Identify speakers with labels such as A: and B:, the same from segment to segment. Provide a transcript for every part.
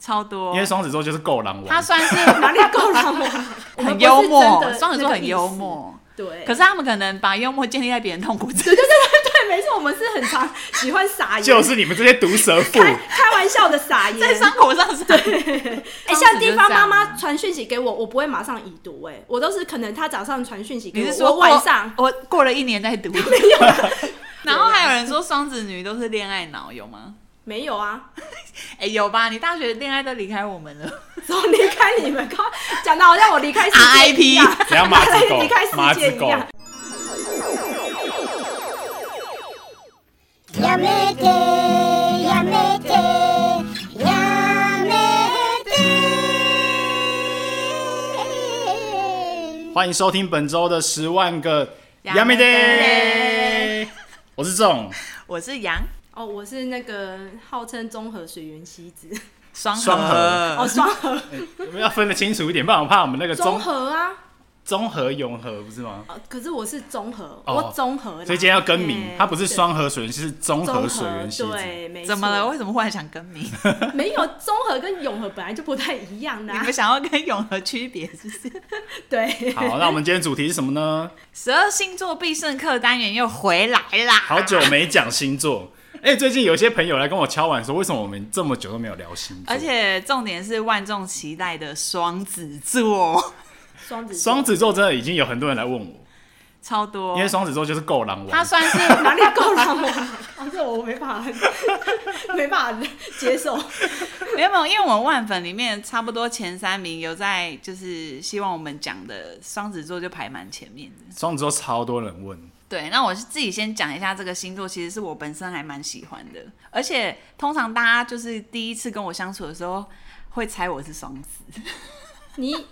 A: 超多
B: 因。为双子座就是够狼
A: 哦他
B: 玩，
A: 算是
C: 哪里够让我？我们
A: 很
C: 不是
A: 幽
C: 真
A: 默，
C: 的
A: 双子座
C: 那个
A: 很
C: 意
A: 幽
C: 思。
A: 默，
C: 对，
A: 可是他们可能把幽默建立在别人痛苦之
C: 对对 对对对，没错，我们是很常喜欢撒盐，
B: 就是你们这些毒舌妇。
C: 开开玩笑的撒 盐。
A: 在伤口上撒。
C: 哎、
A: 当时
C: 像
A: 就
C: 地
A: 是
C: 方
A: 这样啊
C: 妈妈传讯息给我，我不会马上已读、哎，我都是可能她早上传讯息给
A: 你
C: 我，
A: 是说
C: 我
A: 过
C: 晚上？
A: 我过了一年再读？ 没有。然后还有人说双子女都是恋爱脑，有吗？
C: 没有啊，
A: 哎、有吧？你大学恋爱都离开我们了，
C: 然后离开你们，刚讲的好像我离 开世
A: 啊
C: 界一
A: RIP
C: 样，
B: 怎样马子狗
C: 离开世？
B: 马子
C: 界一
B: 狗，
C: 样。
D: やめてやめてやめて
B: 欢迎收听本周的十万个
A: やめて
B: Yamete 我是仲，
A: 我是羊
C: 哦，我是那个号称综合水源妻子，
A: 双
B: 双核
C: 哦，双核，
B: 我们要分得清楚一点，不然我怕我们那个
C: 综
B: 综
C: 合啊，
B: 综合永和不是吗？
C: 哦可是我是综合，
B: 哦
C: 我综合啦，
B: 所以今天要更名
C: 哎，
B: 它不是双河水源系，是综
C: 综
B: 合
C: 合
B: 水源系。
C: 对，没错
A: 怎么了？为什么忽然想更名？
C: 没有综合跟永和本来就不太一样的、
A: 你
C: 啊
A: 们，想要跟永和区别，是不是？
C: 对，
B: 好，那我们今天主题是什么呢？
A: 十二星座必胜客单元又回来啦！
B: 好久没讲星座，哎、最近有些朋友来跟我敲碗说，为什么我们这么久都没有聊星座？
A: 而且重点是万众期待的双子座，
C: 双子座
B: 双子座真的已经有很多人来问我，
A: 超多。
B: 因为双子座就是够狼
A: 哦他
B: 玩。
A: 算是
C: 哪里够了我？啊，这我没办法，没办法接受。
A: 没有没有，因为我们万粉里面差不多前三名有在，就是希望我们讲的双子座就排蛮前面的。
B: 双子座超多人问，
A: 对，那我是自己先讲一下这个星座，其实是我本身还蛮喜欢的，而且通常大家就是第一次跟我相处的时候会猜我是双子，
C: 你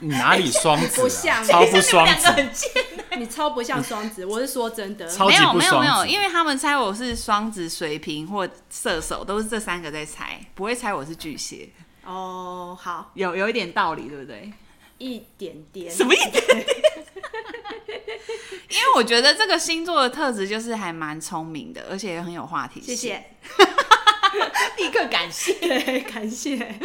B: 你哪里双
C: 不
B: 子、啊？
C: 像
B: 超 不双
A: 两个
B: 子，
A: 很近。
C: 你超不像双子，我是说真的。
B: 超级
A: 没有
B: 不
A: 没有
B: 双
A: 没有，
B: 子。
A: 因为他们猜我是双子、水瓶或射手，都是这三个在猜，不会猜我是巨蟹，
C: 哦，好，
A: 有有一点道理，对不对？
C: 一点点。
A: 什么意思？ 因为我觉得这个星座的特质就是还蛮聪明的，而且也很有话题性。
C: 谢，谢，
A: 立刻感谢。
C: 对，感谢。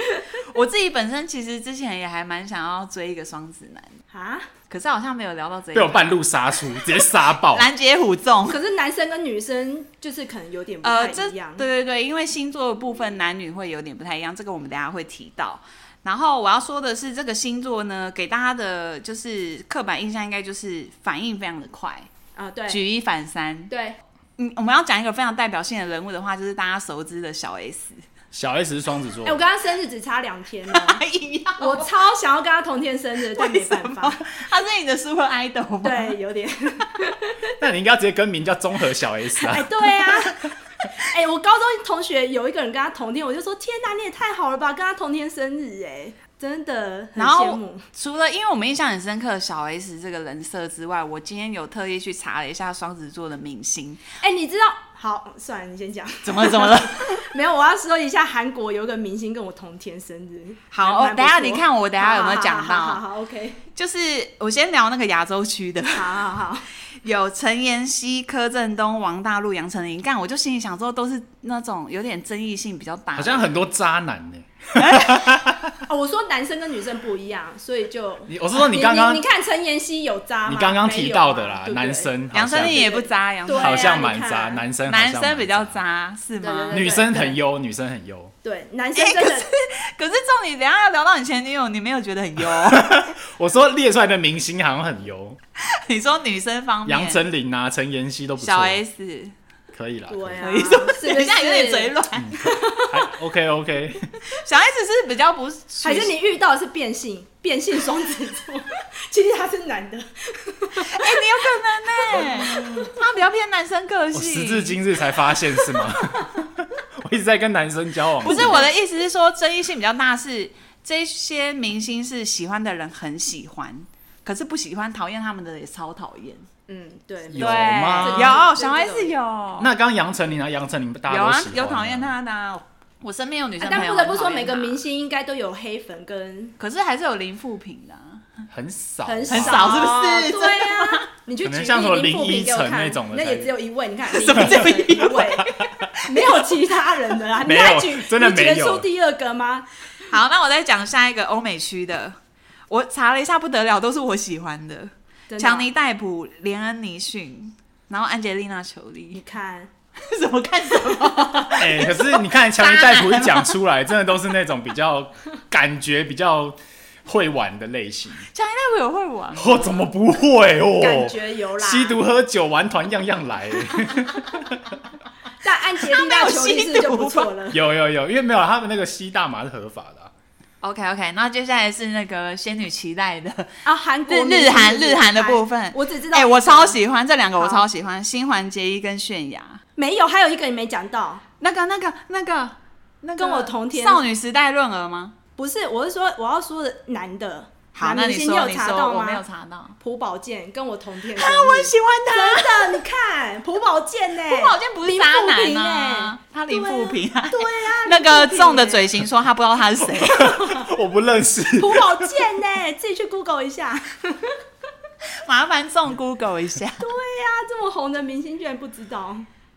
A: 我自己本身其实之前也还蛮想要追一个双子男，
C: 啊，
A: 可是好像没有聊到这一
B: 被我
A: 块。
B: 半路杀 出，直接杀爆。
C: 哎
A: 拦截虎中。
C: 可是男生跟女生就是可能有点不
A: 呃，
C: 太
A: 这
C: 一
A: 对
C: 样。
A: 对对，因为星座的部分男女会有点不太一样，这个我们等一下会提到。然后我要说的是，这个星座呢，给大家的就是刻板印象，应该就是反应非常的快，
C: 啊，对
A: 举一反三。
C: 对，
A: 嗯，我们要讲一个非常代表性的人物的话，就是大家熟知的小 S，
B: 小 S 是双子座
C: 哎，，我跟他生日只差两天 了，
A: 一样，
C: 我超想要跟他同天生日，但没办法。
A: 他是你的 super idol 吗？
C: 对，有点。
B: 那你应该直接更名叫综合小 S
C: 哎、
B: 啊。
C: 对啊，哎、我高中同学有一个人跟他同天，我就说天哪，你也太好了吧，跟他同天生日哎、真的很
A: 然
C: 羡
A: 后
C: 慕。
A: 除了因为我们印象很深刻的小 S 这个人设之外，我今天有特意去查了一下双子座的明星，
C: 哎、你知道？好，算了，你先讲。
A: 怎么怎么了？
C: 没有，我要说一下韩国有一个明星跟我同天生日。
A: 好，
C: 还
A: 哦
C: 蛮不
A: 等一下
C: 错
A: 你看我等一下有没有讲
C: 好好好好
A: 到？
C: 好，OK，
A: 就是我先聊那个亚洲区的，
C: 好好好，
A: 有陈妍希、柯震东、王大陆、杨丞琳。干，我就心里想说，都是那种有点争议性比较大的，
B: 好像很多渣男呢、
C: 哦，我说男生跟女生不一样，所以就
B: 你我是说
C: 你
B: 你刚刚
C: 你看陈妍希有渣吗？
B: 你刚刚提到的啦，
C: 啊没有啊
B: 男。生好
A: 杨丞
B: 像
A: 琳也不渣，杨丞
C: 对
A: 琳
C: 啊
B: 好像蛮
C: 你
B: 渣，
C: 看
B: 男生好像
A: 男生比较
B: 蛮，
A: 渣是
C: 对对
A: 吗
C: 对？
B: 女生很优，女生很优。
C: 对不对对，男生真的、
A: 哎可是重点，等一下要聊到你前女友，你没有觉得很 优？
B: 我说列出来的明星好像很
A: 哦
B: 优，
A: 你说女生方面，
B: 杨丞琳啊、陈妍希都不错
A: 小，S，
B: 可以啦，哎可
C: 对
B: 以
C: 啊，
A: 你说
C: 是不
A: 等
C: 是
A: 一下有点嘴软。
B: 还 OK OK，
A: 小 S 是比较不属于，
C: 还是你遇到的是变性变性双子座， 其实他是男的，
A: 哎、你有可能呢、他比较偏男生个
B: 我
A: 性。
B: 时至今日才发现是吗？ 我一直在跟男生交往，
A: 不是我的意思是说，争议性比较大是这些明星是喜欢的人很喜欢，可是不喜欢讨厌他们的也超讨厌。
C: 嗯，对，
B: 有
A: 对，
B: 吗
A: 有小 S 有，
B: 那刚刚杨丞琳啊，杨丞琳大
A: 有
B: 家都
A: 啊
B: 喜欢，
A: 有讨厌。他的啊、我身边有女生朋
C: 啊但
A: 友
C: 不
A: 很讨厌他、
C: 得不说，每个明星应该都有黑粉跟
A: 可是还是有零负评的啊、
B: 很少，
C: 很
A: 很
C: 少啊
A: 少是不是？真
C: 对
A: 的
C: 呀、你去
B: 可能
C: 举
B: 像什么
C: 例
B: 林
C: 林富
B: 依
C: 平给我
B: 晨
C: 看
B: 那种的
C: 那
B: 才
C: 也只有一 位，你看
A: 什么
C: 林依晨
A: 只有一
C: 一位， 没有其他人的啦。
B: 没
C: 你还
B: 有
C: 举
B: 真的
C: 你举
B: 没
C: 得
B: 有
C: 出第二个吗？
A: 好，那我再讲下一个欧美区的。我查了一下，不得了，都是我喜欢的：啊
C: 真的
A: 强尼，戴普、连恩尼逊，然后安吉丽娜·裘
C: 你
A: 丽。
C: 看，
A: 怎么看什 么？
B: 哎、可是你看强尼戴普一讲出来，真的都是那种比 较感觉比较会玩的类型。
A: 强尼戴普有会玩 吗？
B: 哦，怎么不会哦？
C: 感觉有啦。
B: 吸毒、喝酒、玩团，样样来。
C: 但安杰丽娜·裘丽是不是就不错了。
B: 有有有，因为没有他们那个吸大麻是合法 的啊、
A: OK OK，那接下来是那个仙女期待的
C: 啊，韩国
A: 日
C: 明
A: 日
C: 星
A: 韩
C: 是不是
A: 日韩的部分，
C: 我只知道
A: 哎、我超喜欢这两个，我
C: 好
A: 超喜欢《新环结衣》跟《泫雅》。
C: 没有，还有一个你没讲到，
A: 那个、那个、那个、那个
C: 跟我同天
A: 少女时代润儿吗？
C: 不是，我是说我要说的男的，
A: 好，
C: 男
A: 那
C: 明
A: 你
C: 星你
A: 说，
C: 有
A: 你
C: 查
A: 说，
C: 到
A: 我没有
C: 吗？
A: 查到。啊，
C: 朴宝剑跟我同天生日，
A: 我喜欢他。
C: 真的，你看朴宝剑呢？
A: 朴宝剑不是渣
C: 林富
A: 男
C: 平
A: 啊，他林富平啊
C: 哎，对啊，
A: 那个
C: 林富平
A: 中的
C: 哎
A: 嘴型说他不知道他是谁，
B: 我不认识。
C: 朴宝剑呢，自己去 Google 一下。
A: 麻烦中 Google 一下。
C: 对呀、这么红的明星居然不知道，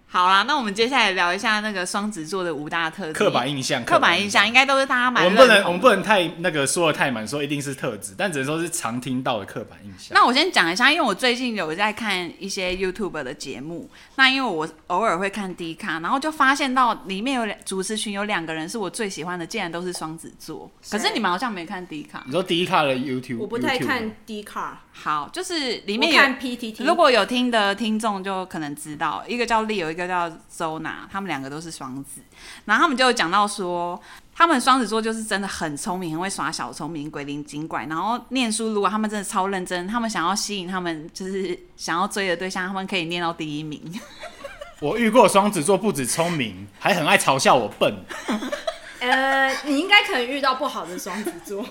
A: 好啦，那我们接下来聊一下那个双子座的五大特质。
B: 刻板印象，
A: 刻板印象应该都是大家蛮
B: 我们不
A: 认
B: 能，
A: 同
B: 我们不能太那个说的太满，说一定是特质，但只能说是常听到的刻板印象。
A: 那我先讲一下，因为我最近有在看一些 YouTube 的节目，那因为我偶尔会看 D 卡，然后就发现到里面有两主持群有两个人是我最喜欢的，竟然都是双子座。可
C: 谁
A: 是你们好像没看 D 卡
B: 你，说第一卡的 YouTube，
C: 我不太
B: YouTube
C: 看 D car，
A: 好，就是里
C: 里
A: 面有
C: 看 PTT。
A: 如果有听的听众就可能知道，一个叫 Leo，一个叫 Zona，他们两个都是双子。然后他们就有讲到说，他们双子座就是真的很聪明，很会耍小聪明、鬼灵精怪。然后念书，如果他们真的超认真，他们想要吸引他们就是想要追的对象，他们可以念到第一名。
B: 我遇过双子座不止聪明，还很爱嘲笑我笨。
C: 呃，你应该可能遇到不好的双子 座。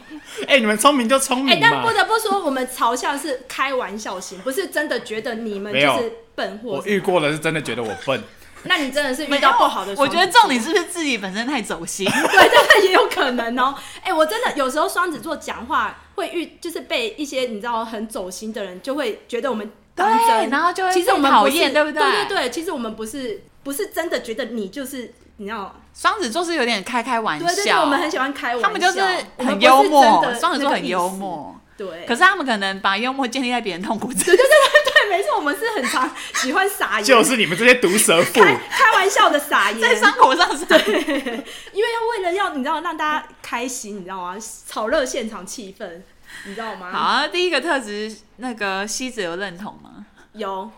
B: 哎、你们聪明就聪
C: 哎、
B: 明嘛。
C: 但不得不说，我们嘲笑是开玩笑型，不是真的觉得你们
B: 没有
C: 就是笨货
B: 我。遇过的是真的觉得我笨，
C: 那你真的是遇到不好的
A: 我
C: 双子
A: 觉
C: 座
A: 得重点是不是自己本身太走心？
C: 对， 这个也有可能哦。哎、我真的有时候双子座讲话会遇，就是被一些你知道很走心的人，就会觉得我们当真，
A: 对然后就会
C: 其实我
A: 被
C: 们
A: 讨
C: 不是
A: 厌对不对
C: 对？对对，其实我们不是不是真的觉得你就是你知道，
A: 双子座是有点开开玩
C: 对
A: 笑，
C: 对对，我们很喜欢开玩笑，
A: 他们就是
C: 我们
A: 很
C: 不是
A: 幽默
C: 真的，
A: 双子座
C: 那个
A: 很
C: 意
A: 幽
C: 思，
A: 默，
C: 对。
A: 可是他们可能把幽默建立在别人痛苦之
C: 对对对对，没错，我们是很常喜欢撒盐，
B: 就是你们这些毒舌妇。
C: 开 开玩笑的撒盐，
A: 在伤口上撒
C: 因为要为了要你知道让大家开心，你知道吗？炒热现场气氛，你知道吗？
A: 好，啊，第一个特质，那个西子有认同吗？
C: 有。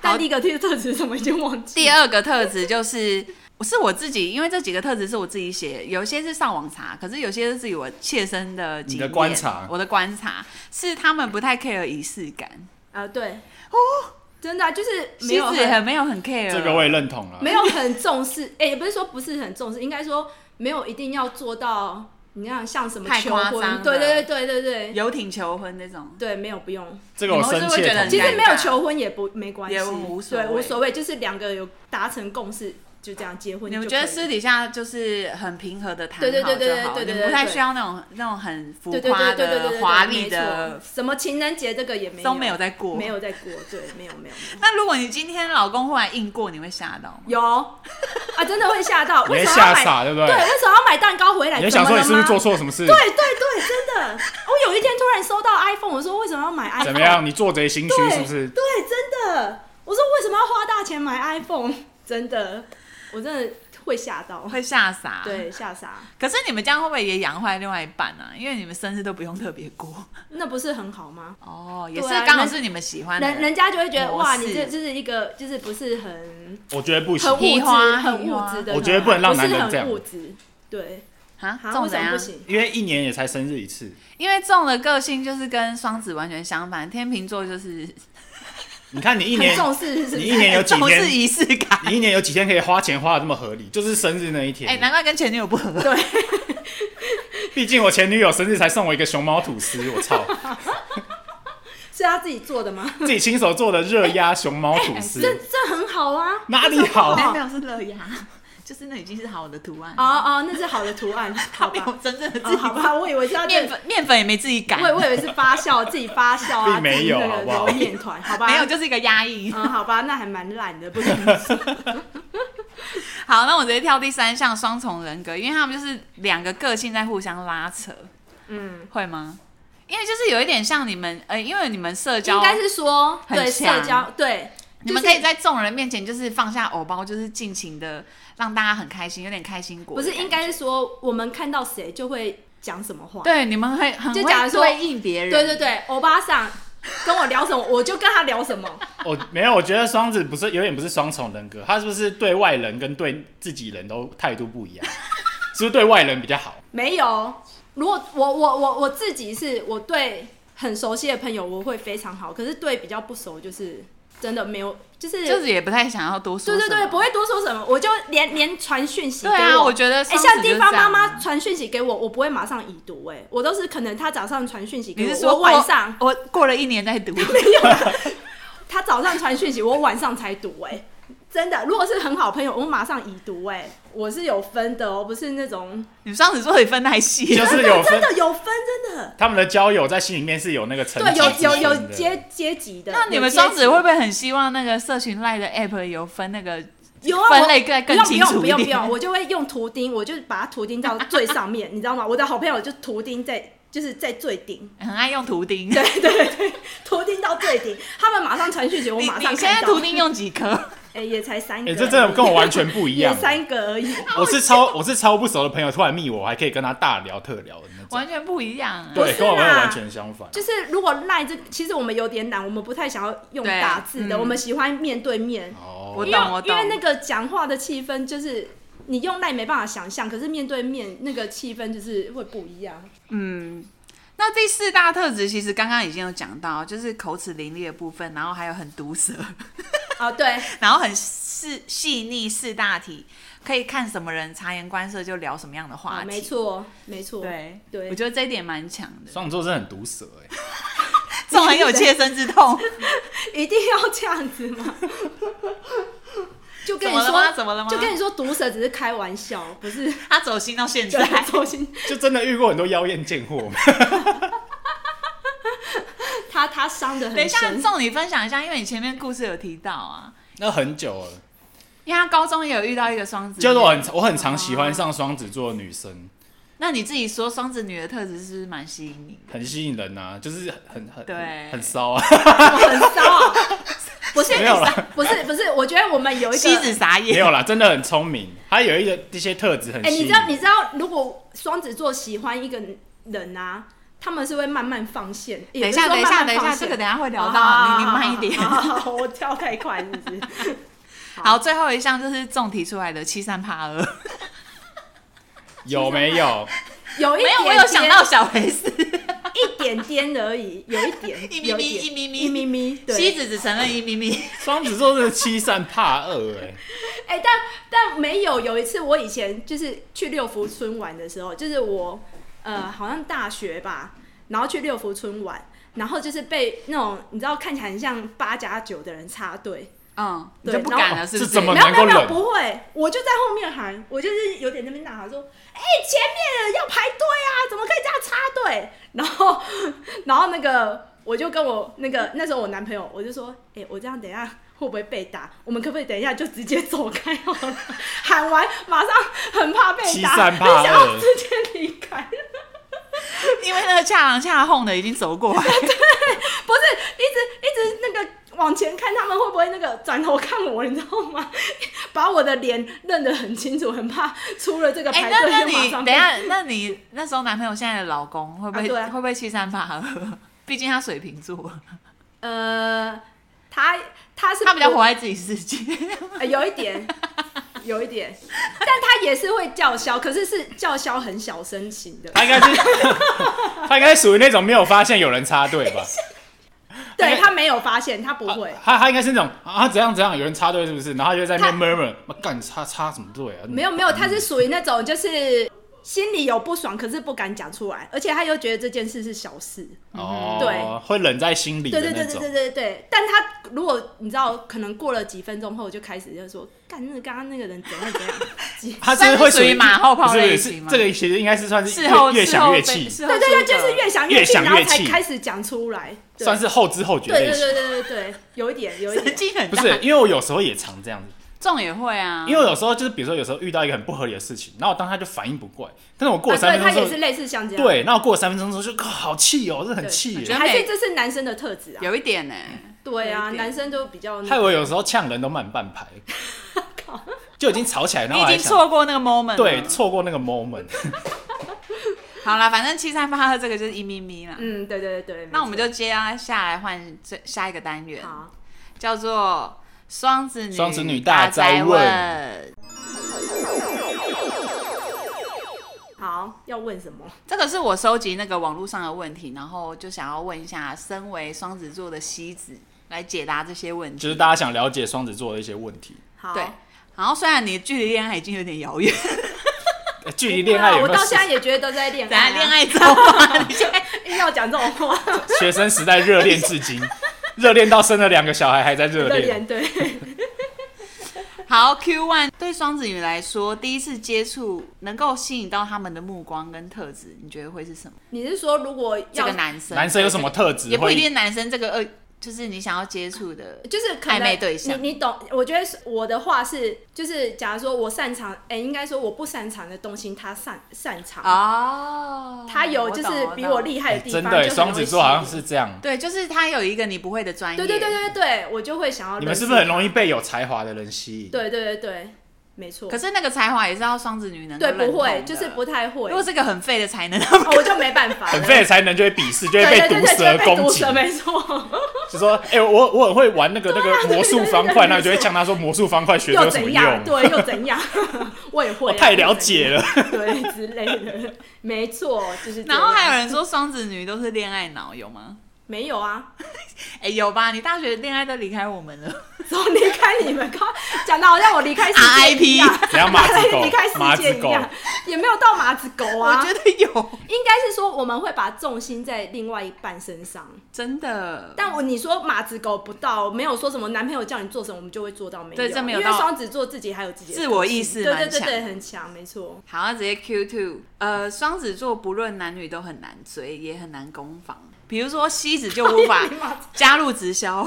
C: 但第一个特特质什么已经忘记。
A: 第二个特质就是，是我自己，因为这几个特质是我自己写，有些是上网查，可是有些是自己我切身的经
B: 你
A: 验。
B: 的观察
A: 我的观察是他们不太 care 仪式感，
C: 啊，对，哦，真的啊、就是没
A: 西
C: 有
A: 子也
C: 很
A: 很 没有很 care。
B: 这个我也认同啊了。
C: 没有很重视，哎、也不是说不是很重视，应该说没有一定要做到，你看像什么
A: 太
C: 求
A: 夸
C: 婚，
A: 张
C: 对
A: 了
C: 对对对对对，
A: 游艇求婚那种，
C: 对没有不用，
B: 这个我深切
A: 你们会不
B: 同意。
C: 其
A: 会觉得很
C: 实
A: 尴尬
C: 没有求婚也不没关系，
A: 也无所
C: 对
A: 谓
C: 无所谓，就是两个有达成共识就这样结婚
A: 你
C: 就可以
A: 们
C: 了。
A: 觉得私底下就是很平和的谈好
C: 对
A: 就
C: 对
A: 好，
C: 对对对对
A: 你
C: 对
A: 们不太
C: 对
A: 需要那种那种很浮
C: 对对
A: 夸
C: 对对对对
A: 的
C: 对
A: 华
C: 没
A: 丽
C: 错
A: 的
C: 什么情人节这个也没有
A: 都没有在过。
C: 没有在过，对，没有没有没有。
A: 那如果你今天老公忽然硬过，你会吓到吗？
C: 有啊，真的会吓到，
B: 你
C: 为
B: 会
C: 什么要
B: 吓
C: 买？
B: 傻，对不
C: 对，
B: 对？
C: 为什么要买蛋糕回来？
B: 你会想说你是不是做错什么事？
C: 怎么了吗？对对对，真的。我有一天突然收到 iPhone，我说为什么要买 iPhone？
B: 怎么样？你做贼心虚
C: 啊对？
B: 是不是？
C: 对，真的。我说为什么要花大钱买 iPhone？真 的，我真的会吓到，
A: 会吓傻。，
C: 对，吓傻。
A: 可是你们这样会不会也养坏另外一半啊？因为你们生日都不用特别过
C: 那不是很好吗？
A: 哦，也是
C: 对啊
A: 刚好
C: 人
A: 是你们喜欢的
C: 人人家就会觉得
A: 模式
C: 哇，你这就是一个就是不是很
B: 我觉得不行
C: 很。物
A: 屁
C: 质、
A: 话
C: 很
A: 屁
C: 物
A: 话
C: 质的那种，
B: 我觉得不能让男人
C: 不
B: 这
C: 是
B: 样
C: 很物质，对，
A: 啊，
C: 好，
A: 中
C: 为
A: 怎
C: 什么
A: 样
C: 不？行？
B: 因为一年也才生日一次，
A: 因为中的个性就是跟双子完全相反，天秤座就是
B: 你看你一
C: 很
B: 年，
C: 重视是不是？
B: 你一年 有几
A: 重视
B: 天？
A: 仪式感。
B: 你一年有几天可以花钱花的这么合理？就是生日那一
A: 哎、
B: 天。
A: 难怪跟前女友不合。 对，
B: 毕竟我前女友生日才送我一个熊猫吐司，我 操，
C: 是他自己做的吗？
B: 自己亲手做的热压熊猫吐
C: 这
B: 司，
C: 这很好啊，
A: 哦
B: 哪里好
C: 这是
A: 有是乐雅， 就是那已经是好的图案，
C: 哦哦，那是好的图 案，好
A: 它没
C: 吧
A: 有？真正的自
C: 哦，
A: 己
C: 好吧，我以为是 要
A: 面
C: 对
A: 粉面粉也没自己擀
C: 我，以我以为是发 酵，自己发酵啊，
B: 并没有
C: 自己那
B: 好
C: 个
B: 不好
C: 揉面团，好吧？
A: 没有，就是一个压抑。
C: 嗯，好吧，那还蛮懒的，不能说。
A: 好，那我直接跳第三项双重人格，因为他们就是两个个性在互相拉扯，
C: 嗯，
A: 会吗？因为就是有一点像你们，呃，因为你们社交
C: 应该是说
A: 很
C: 对
A: 强
C: 社交，对，
A: 你们
C: 就是
A: 可以在众人面前就是放下偶包，就是尽情的让大家很开心，有点开心果
C: 不
A: 的感觉。
C: 是应该是说我们看到谁就会讲什么话？
A: 对你们会很
C: 就
A: 会
C: 假如说
A: 对应别人，
C: 对对对，欧巴桑跟我聊什么，我就跟他聊什 么。
B: 我没有，我觉得双子不是有点不是双重人格，他是不是对外人跟对自己人都态度不一样？是不是对外人比较好？
C: 没有，如果我我我我自己是我对很熟悉的朋友我会非常好，可是对比较不熟就是真的没有，就是
A: 就是也不太想要多说
C: 对
A: 什
C: 对
A: 么。
C: 对，不会多说什么，我就连连传讯息给
A: 对啊，我觉得
C: 哎、
A: 双子
C: 像地
A: 就是
C: 方
A: 这
C: 妈
A: 样啊
C: 妈传讯息给我，我不会马上已读、哎，我都是可能她早上传讯息给
A: 你
C: 我，
A: 是说
C: 我晚
A: 过
C: 上，
A: 我过了一年 再读？
C: 她早上传讯息，我晚上才读、哎，真的，如果是很好朋友，我马上已读、哎，我是有分的哦，不是那种
A: 你双子座也分太细
B: 就
A: 了，
B: 是有分
C: 真，的有分，真的。
B: 他们的交友在心里面是有那个层
C: 对，
B: 级
C: 有有
B: 之
C: 有
B: 分的
C: 阶阶级的。
A: 那你们
C: 有阶级
A: 双子会不会很希望那个社群赖的 app 有分那个？
C: 有啊？
A: 分
C: 我
A: 类更
C: 不
A: 更
C: 用
A: 清楚
C: 不用不
A: 一
C: 用
A: 点
C: 不用，我就会用图钉，我就把它图钉到最上面，你知道吗？我的好朋友就图钉在就是在最顶，
A: 很爱用图钉？
C: 对对对，图钉到最顶，他们马上传讯息，我
A: 你
C: 马
A: 你
C: 上
A: 现在
C: 看
A: 图
C: 到。
A: 钉用几颗？
C: 哎、也才三
B: 哎、
C: 个而已，
B: 这真的跟我完全不一
C: 也
B: 样。
C: 三个而已。
B: 我是超我是超不熟的朋友，突然密我，我还可以跟他大聊特聊的那种。
A: 完全不一样啊！
C: 不
B: 对，
C: 是啦
B: 跟我朋友完全相反。
C: 就是如果赖这，其实我们有点懒，我们不太想要用
A: 对
C: 打字的，
A: 嗯
C: 我们喜欢面对面，
B: 哦，
A: 我
C: 因
A: 懂
C: 为
A: 我
C: 因
A: 懂
C: 为那个讲话的气氛就是你用赖没办法想象，可是面对面那个气氛就是会不一 样。
A: 嗯，那第四大特质其实刚刚已经有讲到，就是口齿伶俐的部分，然后还有很毒舌，
C: 啊，对，
A: 然后很细细腻四大题，可以看什么人察言观色就聊什么样的话
C: 啊，
A: 题。
C: 没，错，没错，
A: 哦对
C: 对
A: 我觉得这一点蛮强 的，
B: 双子座真的很毒舌哎、
A: 这种很有切身之痛。
C: 一定要这样子 吗？就跟你
A: 怎么了吗
C: 说，
A: 怎么了吗
C: 就跟你说，毒舌只是开玩笑，不是
A: 他走心到现在，
C: 对周星。
B: 就真的遇过很多妖艳贱货嘛。
C: 他他伤的
A: 等一
C: 很
A: 下
C: 深，
A: 送你分享一下，因为你前面故事有提到啊，
B: 那很久了，
A: 因为他高中也有遇到一个双子女，
B: 就是我很我很常喜欢上双子座的女生，
A: 那你自己说双子女的特质是不是蛮吸引你？
B: 很吸引人啊，就是很很
A: 对
B: 很很骚啊。
C: 我很骚啊。不是，
B: 没有啦
C: 不是，不是，我觉得我 们有一
A: 西子
C: 个。
A: 傻
B: 没
A: 眼，
B: 有啦，真的很聪明，他有一个这些特质很
C: 哎、
B: 吸
C: 你
B: 引
C: 知道，你知道，如果双子座喜欢一个人啊，他们是会慢慢放线。
A: 等
C: 等
A: 一下，等一下，等一下，这个等一下会聊
C: 哦
A: 到，啊你你慢一点。
C: 好好好哦我跳太快，是不是？
A: 好，最后一项就是重提出来的七三八二，
B: 有没有？
C: 有一
A: 没
C: 点
A: 有，哎我有想
C: 点
A: 到小 S，
C: 一点点而已，有一点，
A: 一咪咪
C: 有点
A: 一咪咪
C: 一咪咪，
A: 西
C: 对，
A: 子只承认一咪咪，
B: 双子座真的欺善怕恶 哎、
C: 哎、但但没有，有一次我以前就是去六福村玩的时候，就是我呃好像大学吧，然后去六福村玩，然后就是被那种你知道看起来很像八加九的人插队，
A: 嗯，你
C: 对
A: 就不敢了，是不
B: 这怎么
A: 是？
C: 没有
B: 能够
C: 没有没有，
B: 忍
C: 不会，我就在后面喊，我就是有点那边呐喊说，哎、前面要排队啊，怎么可以这样插队？然后，然后那个我就跟我那个那时候我男朋友，我就说，哎、我这样等一下会不会被打？我们可不可以等一下就直接走开好了？喊完马上很怕被
B: 欺
C: 哎打，
B: 善
C: 很
B: 怕恶
C: 想要直接离开。
A: 因为那个恰郎恰哄的已经走过来，
C: 不是一直一直那个往前看，他们会不会那个转头看我，你知道吗？把我的脸认得很清楚，很怕出了这个
A: 哎，
C: 排
A: 那
C: 队、
A: 那
C: 就马
A: 你等
C: 上被
A: 一下，那你那时候男朋友现在的老公会不
C: 啊
A: 会
C: 对啊
A: 会不会七三八二？ 毕竟他水瓶座，
C: 呃，他他是
A: 他比较
C: 不
A: 活在自己世界，
C: 呃有一点，有一点，但他也是会叫嚣，可是是叫嚣很小声型的。
B: 他应该是 他应该属于那种没有发现有人插队吧？
C: 对他没有发现，他不 会，
B: 他他应该是那种啊怎样怎样有人插队是不是？然后他就在那
C: 他
B: 边 murmur，妈干你插插什么队啊？
C: 没有没有，他是属于那种就是心里有不爽，可是不敢讲出来，而且他又觉得这件事是小事。
B: 哦，
C: 嗯对，
B: 会冷在心里的
C: 对
B: 那
C: 对
B: 种。
C: 对对对对对，但他如果你知道，可能过了几分钟后就开始就说，干，那个刚刚那个人怎 样怎样，几
B: 他是会
A: 算是属于马后炮
B: 不是不是
A: 类
B: 是
A: 型吗
B: 这个其实应该是算 是
A: 事后
B: 越越
A: 事后
B: 想越
A: 被
B: 气，
A: 事后
C: 对对
A: 诸
C: 对，
A: 葛
C: 就是越想
B: 越
C: 气，
B: 想
C: 然后
B: 越
C: 才
B: 气
C: 开始讲出来，对
B: 算是后知后觉
C: 对
B: 类
C: 对
B: 型。
C: 对对对对，有一点有一
A: 神
C: 点，啊
A: 经很
B: 不
A: 大，
B: 是，因为我有时候也常这样子，
A: 这种也会
C: 嗯
A: 啊，
B: 因为我有时候就是比如说有时候遇到一个很不合理的事情，然后我当下就反应不过来，但是我过了
C: 啊，
B: 三
C: 对
B: 分
C: 他
B: 钟
C: 也
B: 之
C: 是
B: 后，
C: 类似像这样，
B: 对，那我过了三分钟之后就靠好气哦，这很气
A: 我觉
B: 耶
A: 得。
C: 还是这是男生的特质啊。
A: 有一点呢、
C: 对啊，
A: 有一点
C: 男生都比较那
B: 害
C: 个
B: 我有时候呛人都慢半拍，就已经吵起来，然
A: 你已
B: 后 我还
A: 经
B: 想
A: 错过那个 moment 了
B: 对，错过那个 moment。
A: 好啦，反正七三八二这个就是一咪咪啦。
C: 嗯，对对对对。
A: 那我们
C: 没
A: 就接啊下来换这下一个单元
C: 错，好，
A: 叫做双子女
B: 双子女
A: 大
B: 大
A: 灾
B: 灾问
A: 问。
C: 好要问什么？
A: 这个是我收集那个网络上的问题，然后就想要问一下，身为双子座的西子来解答这些问
B: 就
A: 题。
B: 是大家想了解双子座的一些问题，
C: 好，
A: 对，然后虽然你距离恋爱已经有点遥远，
B: 呃距离恋爱有
C: 啊我
B: 没有
C: 到现在也觉得都在恋
A: 咱
C: 爱、啊，
A: 恋爱 中 啊，你现在
C: 硬要讲这种话，
B: 学生时 代热恋至 今，热恋到生了两个小孩还在热
C: 对
B: 恋。
C: 脸对，
A: 好 Q one 对双子女来说，第一次接触能够吸引到他们的目光跟特质，你觉得会是什么？
C: 你是说如果要
A: 这个男生，
B: 男生有什么特质
A: 也不
B: 会
A: 一定男生这个呃，就是你想要接触的，
C: 就是可能
A: 暧昧对象
C: 你你懂？我觉得是我的话是，就是假如说我擅长，哎、应该说我不擅长的东西，他擅擅长，
A: 哦，
C: 他有就是比我。厉害的地
B: 哎真
C: 方，
B: 的耶，
C: 就很
B: 双
C: 容易
B: 子座好像
C: 吸引
B: 是这样。
A: 对，就是他有一个你不会的专业，
C: 对对对对对，我就会想要。
B: 你们是不是很容易？被有才华的人吸引？
C: 对对对对，没错。
A: 可是那个才华也是要双子女能够
C: 对
A: 认
C: 不
A: 同的
C: 会，就是不太会
A: 如，果是个很废的才能，
C: 哦我就没办法了，
B: 很废的才能就会鄙视，就
C: 对，
B: 会
C: 对
B: 被毒
C: 对对就
B: 蛇
C: 会被
B: 攻
C: 毒
B: 击
C: 蛇，没错。
B: 就说：“哎，我我很会玩那个那
C: 对啊
B: 个魔术方
C: 对对对对
B: 块。”那我就会呛他说：“魔术方块学这
C: 又
B: 有什么
C: 怎样？
B: 用？
C: 对，又怎样？ 我也会、
B: 我
C: 啊，
B: 太了解了。
C: 又怎样，对之类的，没错，就是这样。
A: 然后还有人说双子女都是恋爱脑，有吗？
C: 没有啊？
A: 哎、有吧？你大学恋爱都离开我们了，
C: 说离开你们，刚讲的好像我离开世界一样
B: 怎样马 子狗
C: 离开？
B: 马
C: 世
B: 子
C: 界一
B: 狗
C: 样，也没有到马子狗
A: 我
C: 啊。
A: 觉得有，
C: 应该是说我们会把重心在另外一半身上，
A: 真的。
C: 但我你说马子狗不到，没有说什么男朋友叫你做什么，我们就会做到没有。
A: 对这没有
C: 因
A: 到
C: 为双子座自己还有自己的
A: 自我
C: 个性
A: 意识
C: 对
A: 蛮
C: 对对
A: 强
C: 对，很强，没错。
A: 好，那直接 Q two。呃，双子座不论男女都很难追，也很难攻防。比如说西子就 无法
C: 哎你马子
A: 加入直销，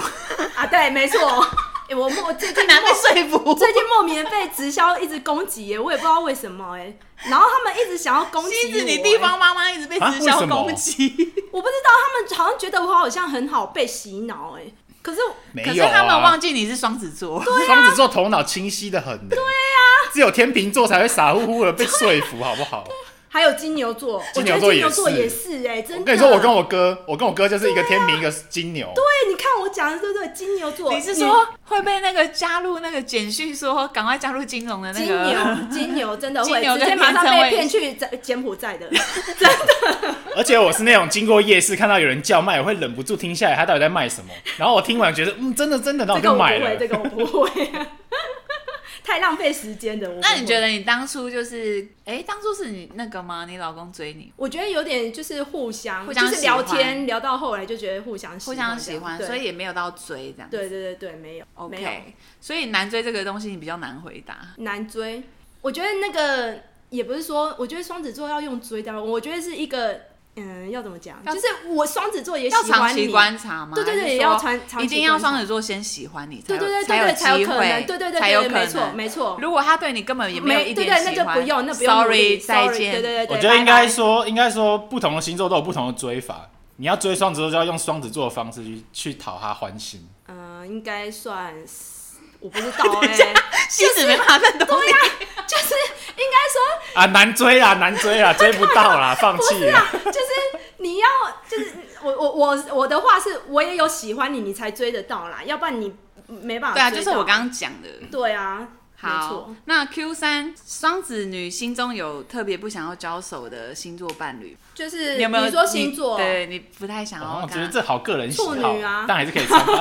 C: 啊，对，没错。 哎、我莫最近
A: 很难被说服。
C: 最近莫名地被直销一直攻击耶，我也不知道为什么哎。然后他们一直想要攻击
A: 西
C: 我哎
A: 子，
C: 耶，
A: 你地方妈妈一直被直
B: 啊为
A: 销
B: 什么
A: 攻击，
C: 我不知道，他们好像觉得我好像很好被洗脑哎。可是
B: 没
A: 可是
B: 有
A: 他们
B: 啊
A: 忘，记你是双子座。
C: 啊
B: 双子座头脑清晰的很。对啊，只有天秤座才会傻乎乎的
C: 啊
B: 被说服，好不好？
C: 还有金牛座，
B: 金牛座
C: 我觉得金牛
B: 也
C: 座
B: 是
C: 也是哎，真的。
B: 我跟你说，我跟我哥，我跟我哥就是一个天秤，一个金牛。
C: 欸对，你啊看我讲的对不对？金牛座，
A: 你是说会被那个加入那个简讯说赶快加入金融的那
C: 金
A: 个？
C: 牛？金牛真的
A: 金
C: 会
A: 牛跟
C: 直接马上
A: 天秤
C: 被
A: 会
C: 骗去柬柬埔寨的。
B: 而且我是那种经过夜市看到有人叫卖，我会忍不住听下来他到底在卖什么。然后我听完觉得，嗯，真的真的，那
C: 这
B: 我
C: 个
B: 就
C: 我不
B: 买
C: 会，
B: 了
C: 这。个我不会， 太浪费时间的。我不
A: 那你
C: 会
A: 觉？得你当初就是，哎，当初是你那个吗？你老公追你，
C: 我觉得有点就是互相，
A: 互相
C: 就是
A: 喜欢
C: 聊天聊到后来就觉得互相
A: 互相
C: 这
A: 喜
C: 样
A: 欢，
C: 对
A: 所以也没有到追这样。
C: 对对对对，没有没有
A: ，OK。所以难追这个东西，你比较难回答。
C: 难追。我觉得那个也不是说，我觉得双子座要用追的，我觉得是一个嗯，要怎么讲？
A: 要
C: 就是我双子座也
A: 要
C: 喜
A: 长
C: 欢
A: 期
C: 你，
A: 观察吗？
C: 对对对
A: 还是
C: 也要
A: 说
C: 长长期
A: 一定要
C: 观察
A: 双子座先喜欢你才
C: 对
A: 有，
C: 对对对对，才
A: 有
C: 有
A: 机
C: 可
A: 会
C: 能，对对对
A: 才有
C: 对，
A: 可
C: 没错
A: 能。
C: 没错。
A: 如果他对你根本也没有一
C: 哦对对，
A: 点喜
C: 那
A: 欢，
C: 就不用，那不用努
A: Sorry，
C: 力
A: 再
C: sorry，
A: 见。
C: 对对对，
B: 我觉得应该
C: 拜拜
B: 说，应该说，不同的星座都有不同的追法。你要追双子座，就要用双子座的方式去去讨他欢心。
C: 嗯，应该算是，我不知 道哎，
A: 西子没办法认同你。
C: 就是应该
B: 啊，难追啦，难追啦，追不到啦，放弃啦。
C: 说，就是啊你要，就是我我我我的话是，我也有喜欢你，你才追得到啦，要不然你没办法。
A: 对啊，就是我刚，刚讲的。
C: 对啊，没
A: 好
C: 错，，
A: 那 Q 三双子女心中有特别不想要交手的星座伴侣，
C: 就是
A: 你有没有？
C: 你说星座，
A: 对你不太想要
B: 我
A: 跟他。
B: 哦觉得这好个人喜好
C: 处女啊，
B: 但还是可以参考。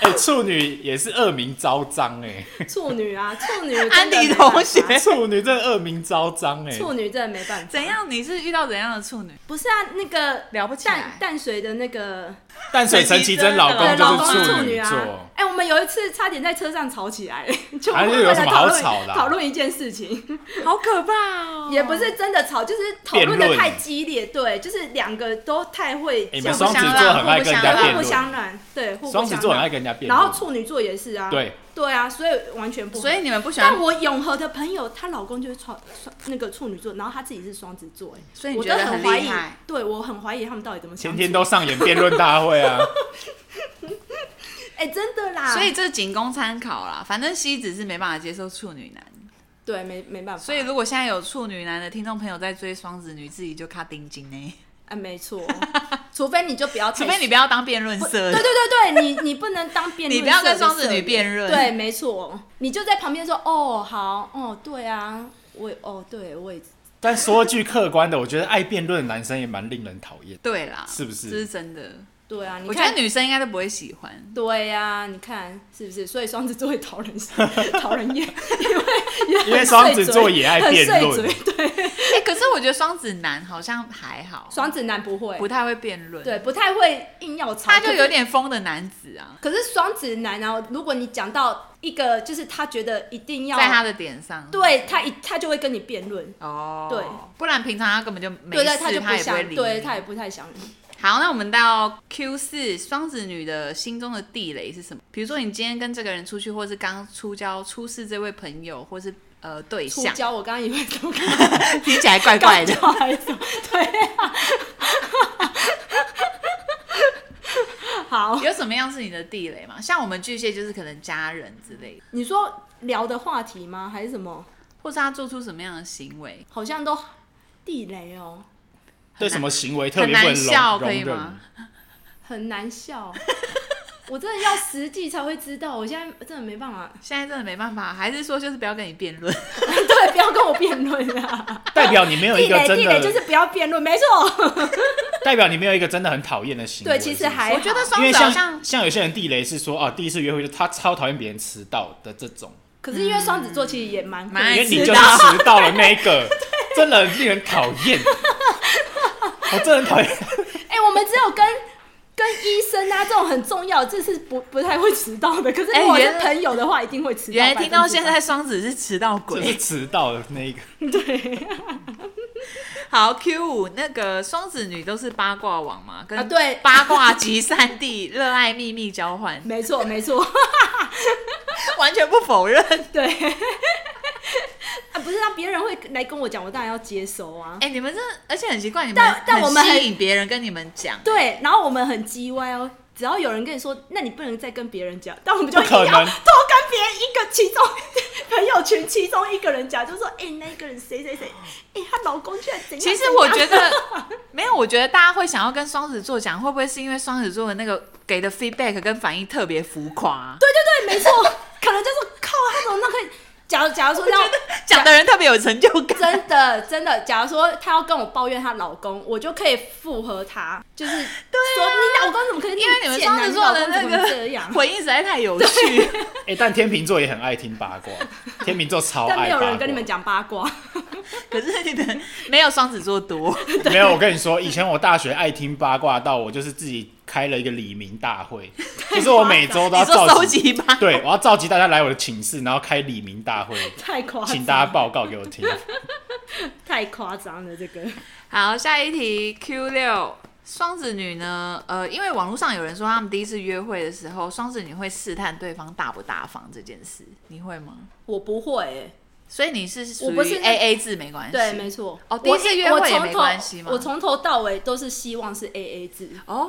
B: 哎、哎处女也是恶名昭彰 哎、
C: 处女 啊，处女真的
A: 安迪
C: 没办
A: 同学
C: 法
B: 处女真的恶名昭彰哎、
C: 处女真的没办法。
A: 怎？样？你是遇到怎样的处女？
C: 不是啊，那个
A: 了不起来
C: 淡淡水的那个
B: 淡水陈绮贞老
C: 对
B: 公
C: 老公
B: 哦就是
C: 是
B: 处
C: 处
B: 女
C: 啊
B: 座。，
C: 哎、我们有一次差点在车上吵起来， 就
B: 啊
C: 为
B: 这有
C: 了
B: 什么
C: 讨
B: 好
C: 论
B: 吵的啊
C: 讨论一件事情，
A: 好可怕哦！
C: 也不是真的吵，就是讨论
B: 辩
C: 的
B: 论
C: 太激烈，对，就是两个都太会
B: 哎你们
C: 讲不
B: 双
C: 相
B: 子
C: 让，
B: 座很爱跟人家辩
C: 互不
B: 论，
C: 相让，对，互不相
B: 双
C: 让。
B: 子座很爱跟人家辩
C: 然后
B: 论。
C: 处女座也是啊，
B: 对，
C: 对啊，所以完全不合
A: 所以你们不喜欢
C: 但，我永和的朋友，她老公就是双双那个处女座，然后她自己是双子座，哎，
A: 所以你
C: 我
A: 觉
C: 都
A: 得
C: 很
A: 很
C: 怀
A: 厉
C: 疑
A: 害？，
C: 对我很怀疑他们到底怎么
B: 天
C: 相处。
B: 天都上演辩论大会啊！
C: 哎、真的啦，
A: 所以这仅供参考啦。反正西子是没办法接受处女男，
C: 对没哎没办法，
A: 所以如果现在有处女男的听众朋友在追双子女，自己就卡丁金呢。
C: 啊，没错， 除非你就不要太，
A: 除非你不要当辩论
C: 不
A: 社
C: 对
A: 的
C: 对，对对，你你不能当辩
A: 你
C: 论社的社员，
A: 不要跟双子女辩论
C: 对，没错，你就在旁边说，哦，好，哦，对啊，我也哦，对我也
B: 但说句客观的，我觉得爱辩论的男生也蛮令人讨厌。
A: 对啦，
B: 是不是
A: 这是真的。
C: 对啊，你
A: 我觉得
C: 看。
A: 女生应该都不会喜 欢。
C: 对呀、你看是不是？所以双子座会讨人讨人厌，因为也很
B: 因为双子
C: 碎嘴
B: 座也爱
C: 很
B: 辩
C: 碎
B: 论
C: 嘴对，
A: 哎、可是我觉得双子男好像还好，
C: 双子男不会，
A: 不太会辩论，
C: 对，不太会硬要吵，
A: 他就有
C: 点。
A: 点疯的男子啊，
C: 可是双子男啊，如果你讲到一个，就是他觉得一定要，
A: 在他的点上，
C: 对他一他就会跟你辩论，
A: 哦，
C: 对，
A: 不然平常他根本就没
C: 对
A: 事，
C: 对，他就
A: 他也不
C: 想
A: 会，理你
C: 对他也不太想理。
A: 好，那我们到 Q 四，双子女的心中的地雷是什么？比如说你今天跟这个人出去，或是刚出交出事这位朋友，或是呃对
C: 触
A: 象，
C: 礁，我刚刚以为都看
A: 听起来怪怪
C: 告
A: 的。
C: 教还是什么，对啊。好，
A: 有什么样是你的地雷吗？像我们巨蟹就是可能家人之类的，
C: 你说聊的话题吗？还是什么？
A: 或是他做出什么样的行为，
C: 好像都地雷哦，
B: 对什么行为特
A: 很
B: 别不
A: 难
B: 能
A: 笑
B: 容容
A: 可以
B: 忍
A: 吗？
C: 很难笑。 我真的要实际才会知道，我现在真的没办法。
A: 现在真的没办法，还是说就是不要跟你辩论，
C: 对，不要跟我辩论 啊！
B: 代表你没有一
C: 地
B: 个
C: 雷，
B: 真
C: 地雷就是
B: 的，
C: 不要辩论，没错。
B: 代表你没有一个真的很讨厌的行为。
C: 对，其实
B: 是不是
C: 还好
A: 我觉得
B: 因
A: 双
B: 为
A: 子好
B: 像
A: 像
B: 像有些人地雷是说啊，第一次约会就他超讨厌别人迟到的这种，
C: 可是因为双子座其实也蛮
A: 蛮
B: 因
A: 爱
B: 为
A: 迟
B: 你
A: 到
B: 就是迟到了那一个，真的令人讨 厌。我真的很讨厌，
C: 哎、我们只有跟跟医生啊这种很重要，这是不不太会迟到的。可是
A: 哎
C: 如果
A: 原
C: 是
A: 来
C: 朋友的话，一定会迟到。
A: 原来听到现
C: 百
A: 在双子是迟到
B: 就
A: 鬼
B: 是。迟到的那一个。
A: 好，Q 五那个双子女都是八卦王嘛，
C: 分之百啊，
A: 跟
C: 对，
A: 八卦集散地，热爱秘密交换，
C: 没错没错，
A: 完全不否认。
C: 对。 啊，不是让别人会来跟我讲，我当然要接收啊。
A: 哎、你们这而且很奇怪，你们
C: 但但我们
A: 很
C: 很
A: 吸引别人跟你们讲，
C: 对，然后我们很叽歪哦。只要有人跟你说，那你不能再跟别人讲，但我们就
B: 不可
C: 一定要
B: 能
C: 偷跟别人一个其中朋友群其中一个人讲，就说，哎、那个人谁谁谁，哎、她老公居然怎样
A: 其实
C: 怎
A: 我
C: 样
A: 觉得 没有，我觉得大家会想要跟双子座讲，会不会是因为双子座的那个给的 feedback 跟反应特别浮夸、啊对，
C: 对对对，没错，可能就是靠他怎么那可以。假如假如说要
A: 讲的人特别有成就感。
C: 真的真的，假如说她要跟我抱怨她老公，我就可以附和她，就是对、说你老公怎么可以那
A: 啊
C: 么
A: 因为你们
C: 贱啊
A: 双子座的
C: 你老
A: 那
C: 公怎么这
A: 个
C: 样，
A: 回应实在太有趣，
B: 哎、但天秤座也很爱听八卦，天秤座超
A: 哦
B: 爱八
C: 但
B: 卦。
C: 没有人跟你们讲八卦，
A: 可是你们没有双子座多。
B: 没有，我跟你说，以前我大学爱听八卦到我就是自己开了一个李明大 会，就是我每周都
A: 你
B: 要
A: 说
B: 召
A: 收
B: 集，
A: 集吧，
B: 对，我要召集大家来我的寝室，然后开李明大 会，
C: 太夸
B: 请大家
C: 张，
B: 报告给我听。
C: 太夸张了这个。
A: 好，下一题 Q 六。双子女呢？呃，因为网络上有人说，他们第一次约会的时候，双子女会试探对方大不大方这件事，你会吗？
C: 我不会、欸，
A: 所以你是属
C: 我不
A: 于
C: 是
A: A A 制没关系，
C: 对，没错。
A: 哦
C: 我
A: 第一次约会
C: 我
A: 也
C: 从
A: 没
C: 头
A: 关系吗
C: 我从头到尾都是希望是 A A 制。
A: 哦，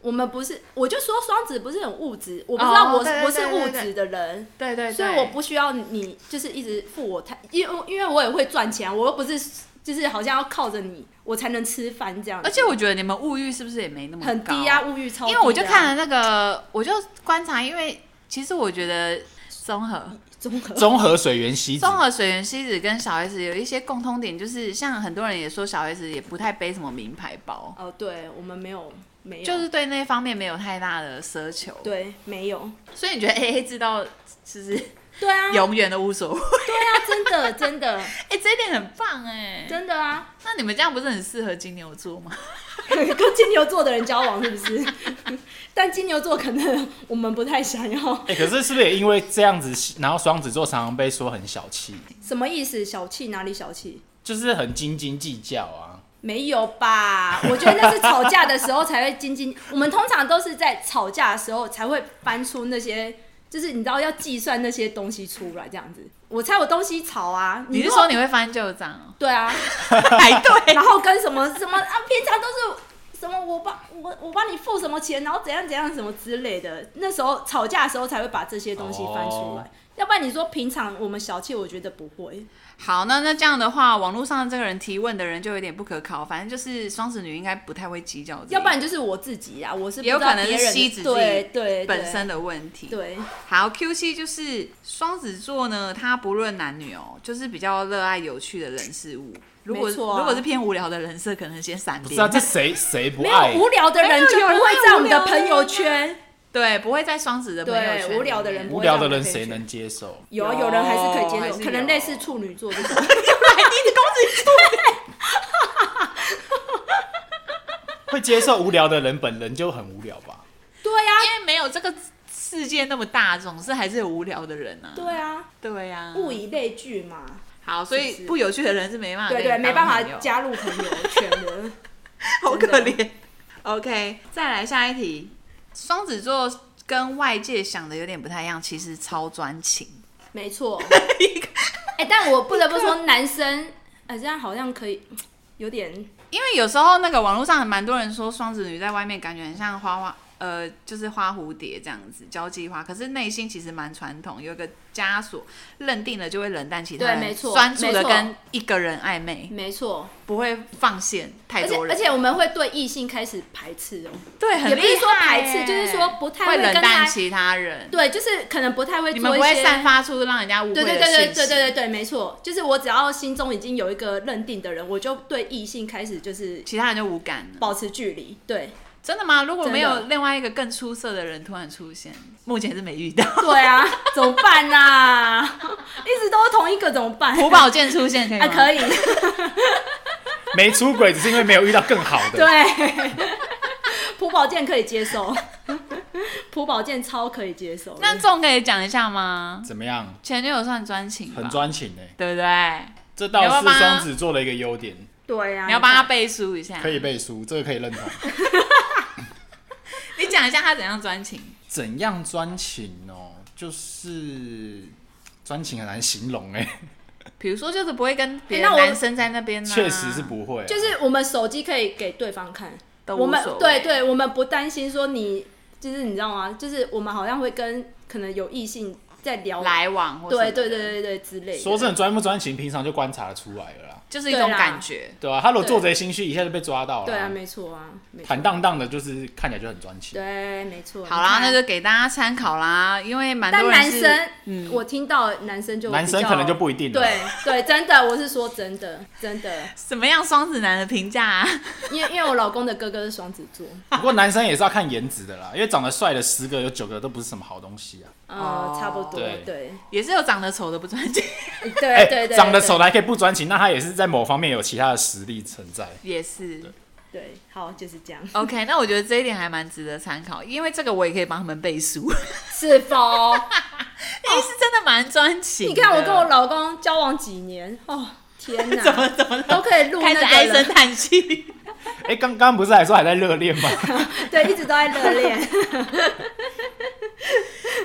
C: 我们不是，我就说双子不是很物质，我不知道
A: 哦
C: 我是、
A: 对对
C: 我是
A: 对对
C: 物
A: 对
C: 质的人，
A: 对对对，
C: 所以我不需要你就是一直付我太，因为因为我也会赚钱，我又不是就是好像要靠着你我才能吃饭这样子，
A: 而且我觉得你们物欲是不是也没那么
C: 很
A: 高
C: 低啊，？物欲超低
A: 因
C: 的啊、
A: 为我就看了那个，我就观察，因为其实我觉得综合
C: 综合
B: 综合水源西子
A: 综，合水源西子跟小 S 有一些共通点，就是像很多人也说小 S 也不太背什么名牌包，
C: 哦，对我们没有没有，
A: 就是对那方面没有太大的奢求。，
C: 对没有，
A: 所以你觉得 A A 制到就是
C: 对啊，
A: 永远都无所谓？
C: 对啊，真的真的
A: 哎、这一点很棒哎、
C: 真的啊，
A: 那你们这样不是很适合金牛座吗？
C: 跟金牛座的人交往是不是？ 但金牛座可能我们不太想要，
B: 哎、可是是不是也因为这样子，然后双子座常常被说很小气，
C: 什么意思？小气哪里小气？
B: 就是很斤斤计较啊？
C: 没有吧？我觉得那是吵架的时候才会斤斤。我们通常都是在吵架的时候才会翻出那些，就是你知道要计算那些东西出来，这样子我才有东西吵啊。
A: 你是
C: 如果
A: 说你会翻旧账哦？
C: 对啊？
A: 排队
C: 然后跟什么什么啊，平常都是什么我帮我我帮你付什么钱，然后怎样怎样什么之类的。那时候吵架的时候才会把这些东西翻出来，
B: 哦
C: 要不然你说平常我们小气，我觉得不会。
A: 好，那那这样的话，网络上这个人提问的人就有点不可靠。反正就是双子女应该不太会计较这一点，
C: 要不然就是我自己啊，我是不
A: 也有
C: 知道
A: 可能
C: 别
A: 是
C: 人
A: 吸子自
C: 对
A: 己
C: 对
A: 本身的问题。
C: 对
A: 好，Q C 就是双子座呢，他不论男女哦，就是比较热爱有趣的人事物。如果、
C: 没错啊
A: 如果是偏无聊的人设，可能先闪
B: 不啊知道
A: 边。
B: 这谁谁不
C: 没
B: 爱
C: 有？无聊的
A: 没
C: 人
A: 有
C: 就
A: 有
C: 不
A: 人
C: 会
A: 会
C: 在
A: 无
C: 我们的
A: 聊
C: 朋友
A: 啊
C: 圈，
A: 对，不会在双子的朋友圈里
C: 对
A: 面。
C: 无聊的人不
B: 无
C: 会
B: 聊
C: 在
B: 的
C: 我们
B: 人
C: 朋友
B: 谁
C: 圈
B: 能接受？
C: 有啊，
A: 有
C: 有人还是可以接
A: 还是
C: 受，可能
A: 有
C: 类似处女座这种。
B: 会接受无聊的人本人就很无聊吧？
C: 对呀、啊，
A: 因为没有这个世界那么大，总是还是有无聊的人啊。
C: 对啊，
A: 对呀、
C: 物以类聚嘛。
A: 好，所
C: 是不
A: 以
C: 是
A: 不有趣的人是没办法
C: 对
A: 跟
C: 对，
A: 你
C: 没
A: 当
C: 办法
A: 朋友
C: 加入朋友圈 的。
A: 好可
C: 真的
A: 怜。OK，再来下一题。双子座跟外界想的有点不太一样，其实超专情。
C: 没错。哎、但我不得不说，男生，哎、这样好像可以有点
A: 因为有时候那个网络上蛮多人说双子女在外面感觉很像花花，呃，就是花蝴蝶这样子交际花，可是内心其实蛮传统，有一个枷锁，认定了就会冷淡其他人，
C: 对没错
A: 专注
C: 没
A: 的
C: 错
A: 跟一个人暧昧，
C: 没错，
A: 不会放线太
C: 而且
A: 多
C: 而
A: 人，
C: 且我们会对异性开始排斥哦、
A: 对，很
C: 也不是
A: 厉
C: 说
A: 害
C: 排斥
A: 耶
C: 就是说不太
A: 会
C: 会跟
A: 冷
C: 他
A: 淡其他人，
C: 对，就是可能不太会
A: 你们
C: 做
A: 不
C: 一
A: 会
C: 些。
A: 散发出让人家误会
C: 对对
A: 的
C: 对对
A: 讯息，
C: 对对对对，没错，就是我只要心中已经有一个认定的人，我就对异性开始就是
A: 其他人就无感了。
C: 保持距离。对，
A: 真的吗？如果没
C: 真
A: 有
C: 的
A: 另外一个更出色的人突然出现，目前是没遇到。
C: 对啊，怎么办呐、一直都是同一个怎么办？
A: 朴宝剑出现可以吗？
C: 啊，可以，
B: 没出轨只是因为没有遇到更好的。
C: 对，朴宝剑可以接受，朴宝剑超可以接受。
A: 那仲可以讲一下吗？
B: 怎么样？
A: 前女友算专情吧，
B: 很专情哎、
A: 对不对？
B: 这
A: 你要
B: 倒
A: 不要
B: 是
A: 帮他
B: 双子座的一个优点，
C: 对呀、啊，
A: 你要帮他背书一下，
B: 可以。背书，这个可以认同。
A: 你讲一下他怎样专情？
B: 怎样专情哦？就是专情很难形容哎、
A: 比如说，就是不会跟别
C: 欸
A: 的
C: 那我
A: 男生在那边呢、
B: 确实是不会啊、
C: 就是我们手机可以给对方看，
A: 都
C: 我
A: 无
C: 们
A: 所谓
C: 对对，我们不担心说你，就是你知道吗？就是我们好像会跟可能有异性在聊，
A: 来往或什么的
C: 对对对，对对之类的。
B: 说真的，专不专情，平常就观察得出来了啦，
A: 就是一种感觉。
B: 对啊吧、他如果做贼心虚，一下就被抓到了。
C: 对啊，没错啊，没错
B: 坦，荡荡的，就是看起来就很专情。
C: 对，没错。
A: 好啦，
C: 你
A: 那
C: 看
A: 就给大家参考啦，因为蛮
C: 但
A: 多
C: 男
A: 人是
C: 生，
A: 嗯
C: 我听到男生就
B: 男生
C: 比较
B: 可能就不一定了
C: 对对，真的，我是说真的，真的，
A: 怎么样双子男的评价、啊？
C: 因为因为我老公的哥哥是双子座，
B: 不过男生也是要看颜值的啦，因为长得帅的十个有九个都不是什么好东西啊。
C: 呃
A: 哦，
C: 差不多，
B: 对
C: 对对
A: 也是有长得丑的不 专情，
B: 哎、
C: 对对对，
B: 长得丑的还可以不专情，那他也是在某方面有其他的实力存在。
A: 也是。
C: 对，对，好，就是这样，
A: OK，那我觉得这一点还蛮值得参考，因为这个我也可以帮他们背书，
C: 哦 是否？
A: 因为是真的蛮专情的。
C: 你看我跟我老公交往几年，哦，天哪，
A: 怎么怎么
C: 都可以录
A: 开始
C: 那个
A: 唉声
C: 了，
A: 叹气？
B: 哎、刚刚不是还说还在热恋 吗？
C: 对，一直都在热恋，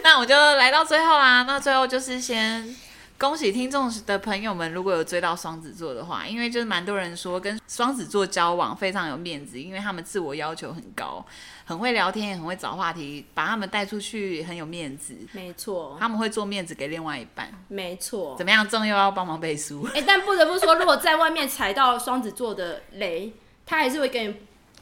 A: 那我就来到最后啦。那最后就是先恭喜听众的朋友们，如果有追到双子座的话，因为就是蛮多人说跟双子座交往非常有面子，因为他们自我要求很高，很会聊天，也很会找话题，把他们带出去很有面子。
C: 没错，
A: 他们会做面子给另外一半，
C: 没
B: 哦
C: 错
A: 怎。么样？正又要帮忙背书，
C: 哎、但不得不说，如果在外面踩到双子座的雷，他还是会给你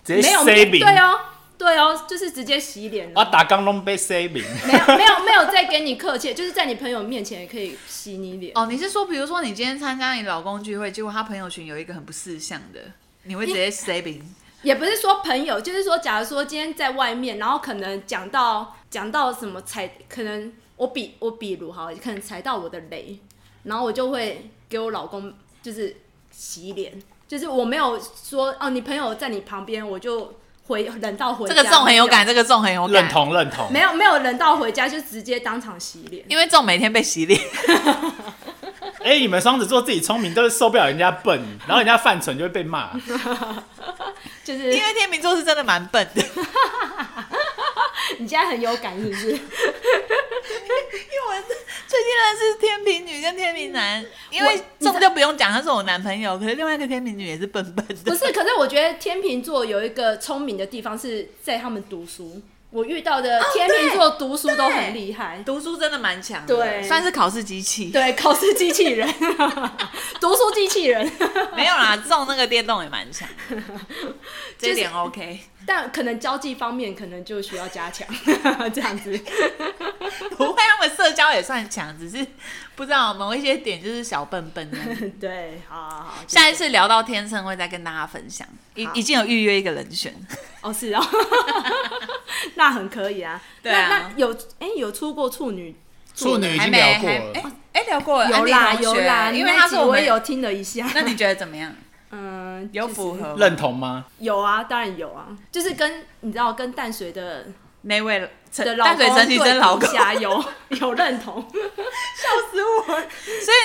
B: 直接
C: 没有
B: saving
C: 对哦，对哦，就是直接洗脸
B: 我
A: 啊
C: 了。
B: 打刚龙被 saving，
C: 没有没有没有再跟你客气，就是在你朋友面前也可以洗你脸。
A: 哦，你是说，比如说你今天参加你老公聚会，结果他朋友群有一个很不识相的，你会直接 saving？
C: 也不是说朋友，就是说，假如说今天在外面，然后可能讲到讲到什么踩，可能我比我比如哈，可能踩到我的雷，然后我就会给我老公就是洗脸，就是我没有说哦，你朋友在你旁边，我就回忍到回
A: 这
C: 家，
A: 个重很有感，
C: 没
A: 这个重很有感，
B: 认，同认同。
C: 没有没有忍到回家就直接当场洗脸。
A: 因为重每天被洗脸。
B: 哎、你们双子座自己聪明，都是受不了人家笨，然后人家犯蠢就会被骂。
C: 就是
A: 因为天秤座是真的蛮笨的，因
C: 你现在很有感，是不是？
A: 为我是最近认识天秤女跟天秤男，因为
C: 嗯我
A: 这就不用讲，他是我男朋友，可是另外一个天秤女也是笨笨
C: 不
A: 的。
C: 是，可是我觉得天秤座有一个聪明的地方是在他们读书。我遇到
A: 哦
C: 的天秤座读书都很厉害，
A: 读书真的蛮强的，
C: 对
A: 算是考试机器。
C: 对，考试机器人， 读书机器人。
A: 没有啦，中那个电动也蛮强的， 这
C: 就是
A: 点 OK。
C: 但可能交际方面可能就需要加强，这样子。
A: 不会，他们社交也算强，只是不知道某一些点就是小笨笨这 样子。
C: 对，好好好，
A: 下一次聊到天秤会再跟大家分享，已
C: 好
A: 已经有预约一个人选。
C: 哦是哦，那很可以啊。
A: 对啊
C: 那那有哎、有出过处女，
B: 处女已
A: 还
B: 经
A: 没
B: 聊过
A: 还
B: 了
A: 哎，哎、聊过了，
C: 有
A: 安
C: 啦
A: 妮同
C: 有
A: 学
C: 啦，
A: 因为他是
C: 说我
A: 们
C: 也。有听了一下，
A: 那你觉得怎么样？
C: 嗯，
A: 有
C: 就是
A: 符合吗
B: 认同吗？
C: 有啊，当然有啊，就是跟你知道跟淡水的
A: 那位陈
C: 的老
A: 淡
C: 公
A: 水陈绮贞老公，
C: 对比一下有 有认同，
A: 死我！所以，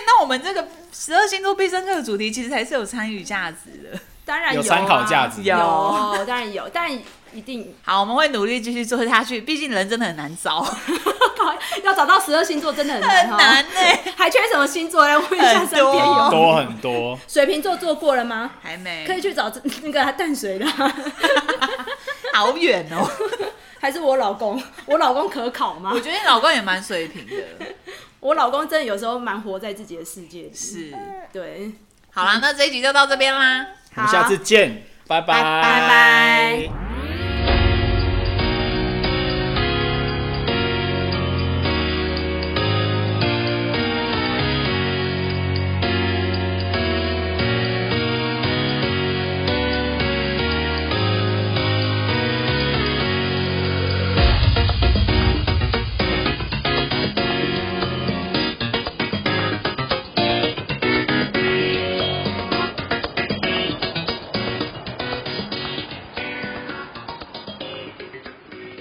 A: 那我们这个十二星座必胜客的主题，其实还是有参与价值的。
C: 当然
B: 有
C: 啊
B: 参考价值
C: 有
A: 有
C: 当然有，但一定
A: 好，我们会努力继续做下去，毕竟人真的很难找，很
C: 要找到十二星座真的很难哦，
A: 难呢、
C: 还缺什么星座？来问一下身边
A: 很嗯
C: 有
B: 多很多。
C: 水瓶座做过了吗？
A: 还没，
C: 可以去找这那个淡水的啊，
A: 好远哦。
C: 还是我老公？我老公可考吗
A: 我？觉得你老公也蛮水平的，
C: 我老公真的有时候蛮活在自己的世界里。
A: 是。
C: 对，
A: 好啦，那这一集就到这边啦。
B: 我们下次见，拜
C: 拜拜
A: 拜